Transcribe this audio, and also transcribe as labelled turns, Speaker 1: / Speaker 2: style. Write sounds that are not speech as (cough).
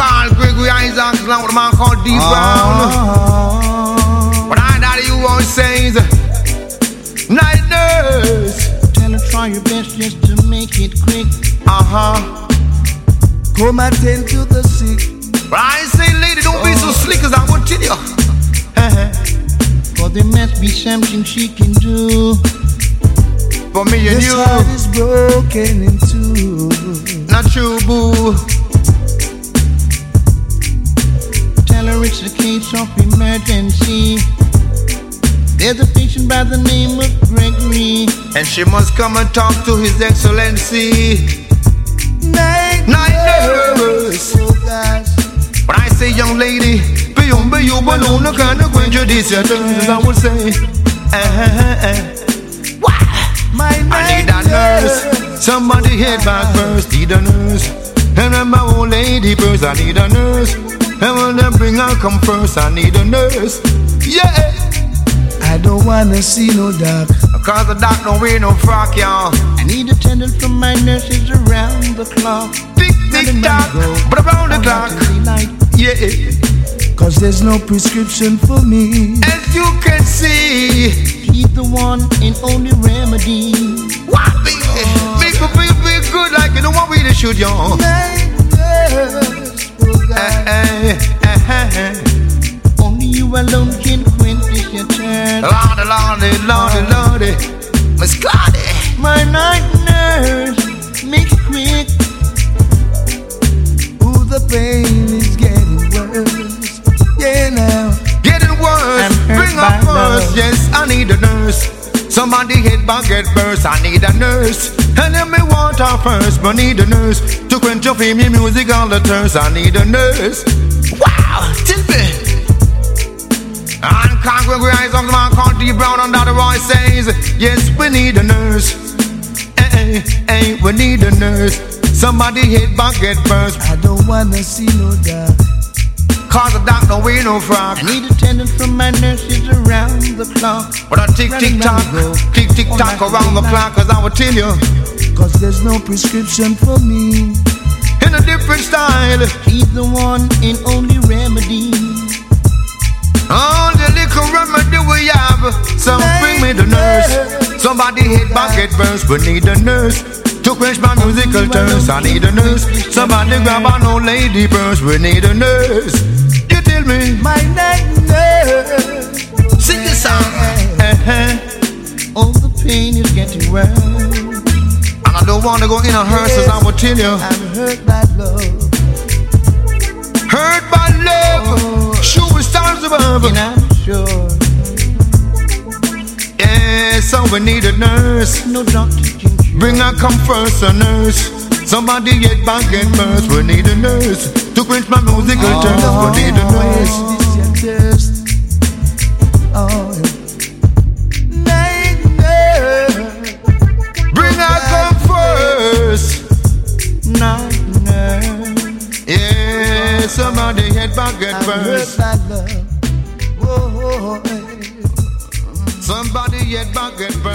Speaker 1: angry Isaac along with a man called D
Speaker 2: Ah. Oh,
Speaker 1: Brown. But I know you always says, night nurse.
Speaker 2: Tell her try your best just to make it quick.
Speaker 1: Uh huh.
Speaker 2: Come attend to the sick.
Speaker 1: But I say, lady, don't be so slick, cause I'm gonna tell you.
Speaker 2: (laughs) For there must be something she can do.
Speaker 1: For me and
Speaker 3: This
Speaker 1: you,
Speaker 3: heart is broken in two.
Speaker 1: not true, boo.
Speaker 2: Tell her it's a case of emergency. There's a patient by the name of Gregory.
Speaker 1: And she must come and talk to His Excellency.
Speaker 3: Night,
Speaker 1: Night
Speaker 3: nurse. Oh, gosh.
Speaker 1: But I say, young lady, be on, be you, but no, no kind of prejudice, your terms, as I would say. Uh-huh,
Speaker 3: My
Speaker 1: I
Speaker 3: night
Speaker 1: need a
Speaker 3: nurse.
Speaker 1: nurse. Somebody hit back first, need a nurse. And then my old lady first, I need a nurse. And when them bring her come first, I need a nurse. Yeah.
Speaker 3: I don't wanna see no dark.
Speaker 1: Cause the doc don't wear no frock, y'all.
Speaker 2: I need attendance from my nurses around the clock.
Speaker 1: Tick, tick, tock, but around the clock.
Speaker 2: Like,
Speaker 1: Yeah,
Speaker 3: Cause there's no prescription for me.
Speaker 1: as you can see,
Speaker 2: he's the one and only remedy.
Speaker 1: what make make me feel, feel good like you don't want me to shoot y'all. Eh,
Speaker 3: Night nurse. Oh, gosh.
Speaker 2: Only you alone can quench this your turn.
Speaker 1: Lordy, lordy, lordy, lordy, Miss Claudia.
Speaker 2: My night nurse, make it quick.
Speaker 3: Ooh, the pain is getting worse. Yeah, now.
Speaker 1: Getting worse,
Speaker 2: I'm hurt
Speaker 1: bring up
Speaker 2: by
Speaker 1: first.
Speaker 2: love.
Speaker 1: Yes, I need a nurse. Somebody hit bucket first, I need a nurse. And then me want her first, but need a nurse. To quench your female music all the turns, I need a nurse. Wow, tidbit. And congregate on the man called D Brown and Dr. Roy says, Yes, we need a nurse. Eh, eh, eh, we need a nurse. Somebody hit bucket first,
Speaker 3: I don't wanna see no dark.
Speaker 1: cause the doctor we no frog.
Speaker 2: I need attendance from my nurses around the clock.
Speaker 1: But a tick tick
Speaker 2: Running
Speaker 1: tock,
Speaker 2: round the
Speaker 1: tick tick tock around the clock, cause I will tell you
Speaker 3: Cause there's no prescription for me.
Speaker 1: in a different style.
Speaker 2: He's the one and only remedy.
Speaker 1: All the little remedy we have, some bring me the nurse. Somebody hit bucket first, we need a nurse. To quench my musical thirst, I need a nurse. Somebody grab an old lady first, we need a nurse. You tell me,
Speaker 3: My night nurse.
Speaker 1: sing the song. Uh-huh.
Speaker 2: Oh, the pain is getting worse.
Speaker 1: And I don't wanna go in a hearse, as I will tell you.
Speaker 3: I'm hurt by love.
Speaker 1: Hurt by love, shooting stars above.
Speaker 2: And I'm sure
Speaker 1: Yeah, so we need a nurse.
Speaker 2: no doctor can cure.
Speaker 1: Bring her come first, a nurse. Somebody get back in first. We need a nurse to quench my musical thirst. We need a nurse.
Speaker 3: Yes, this your thirst. Oh, night nurse.
Speaker 1: Bring her come first.
Speaker 2: Night nurse.
Speaker 1: Yeah, somebody get back in
Speaker 3: I'm hurt
Speaker 1: first.
Speaker 3: by love. Oh, oh, oh, eh.
Speaker 1: Somebody get back in first.
Speaker 2: Ah.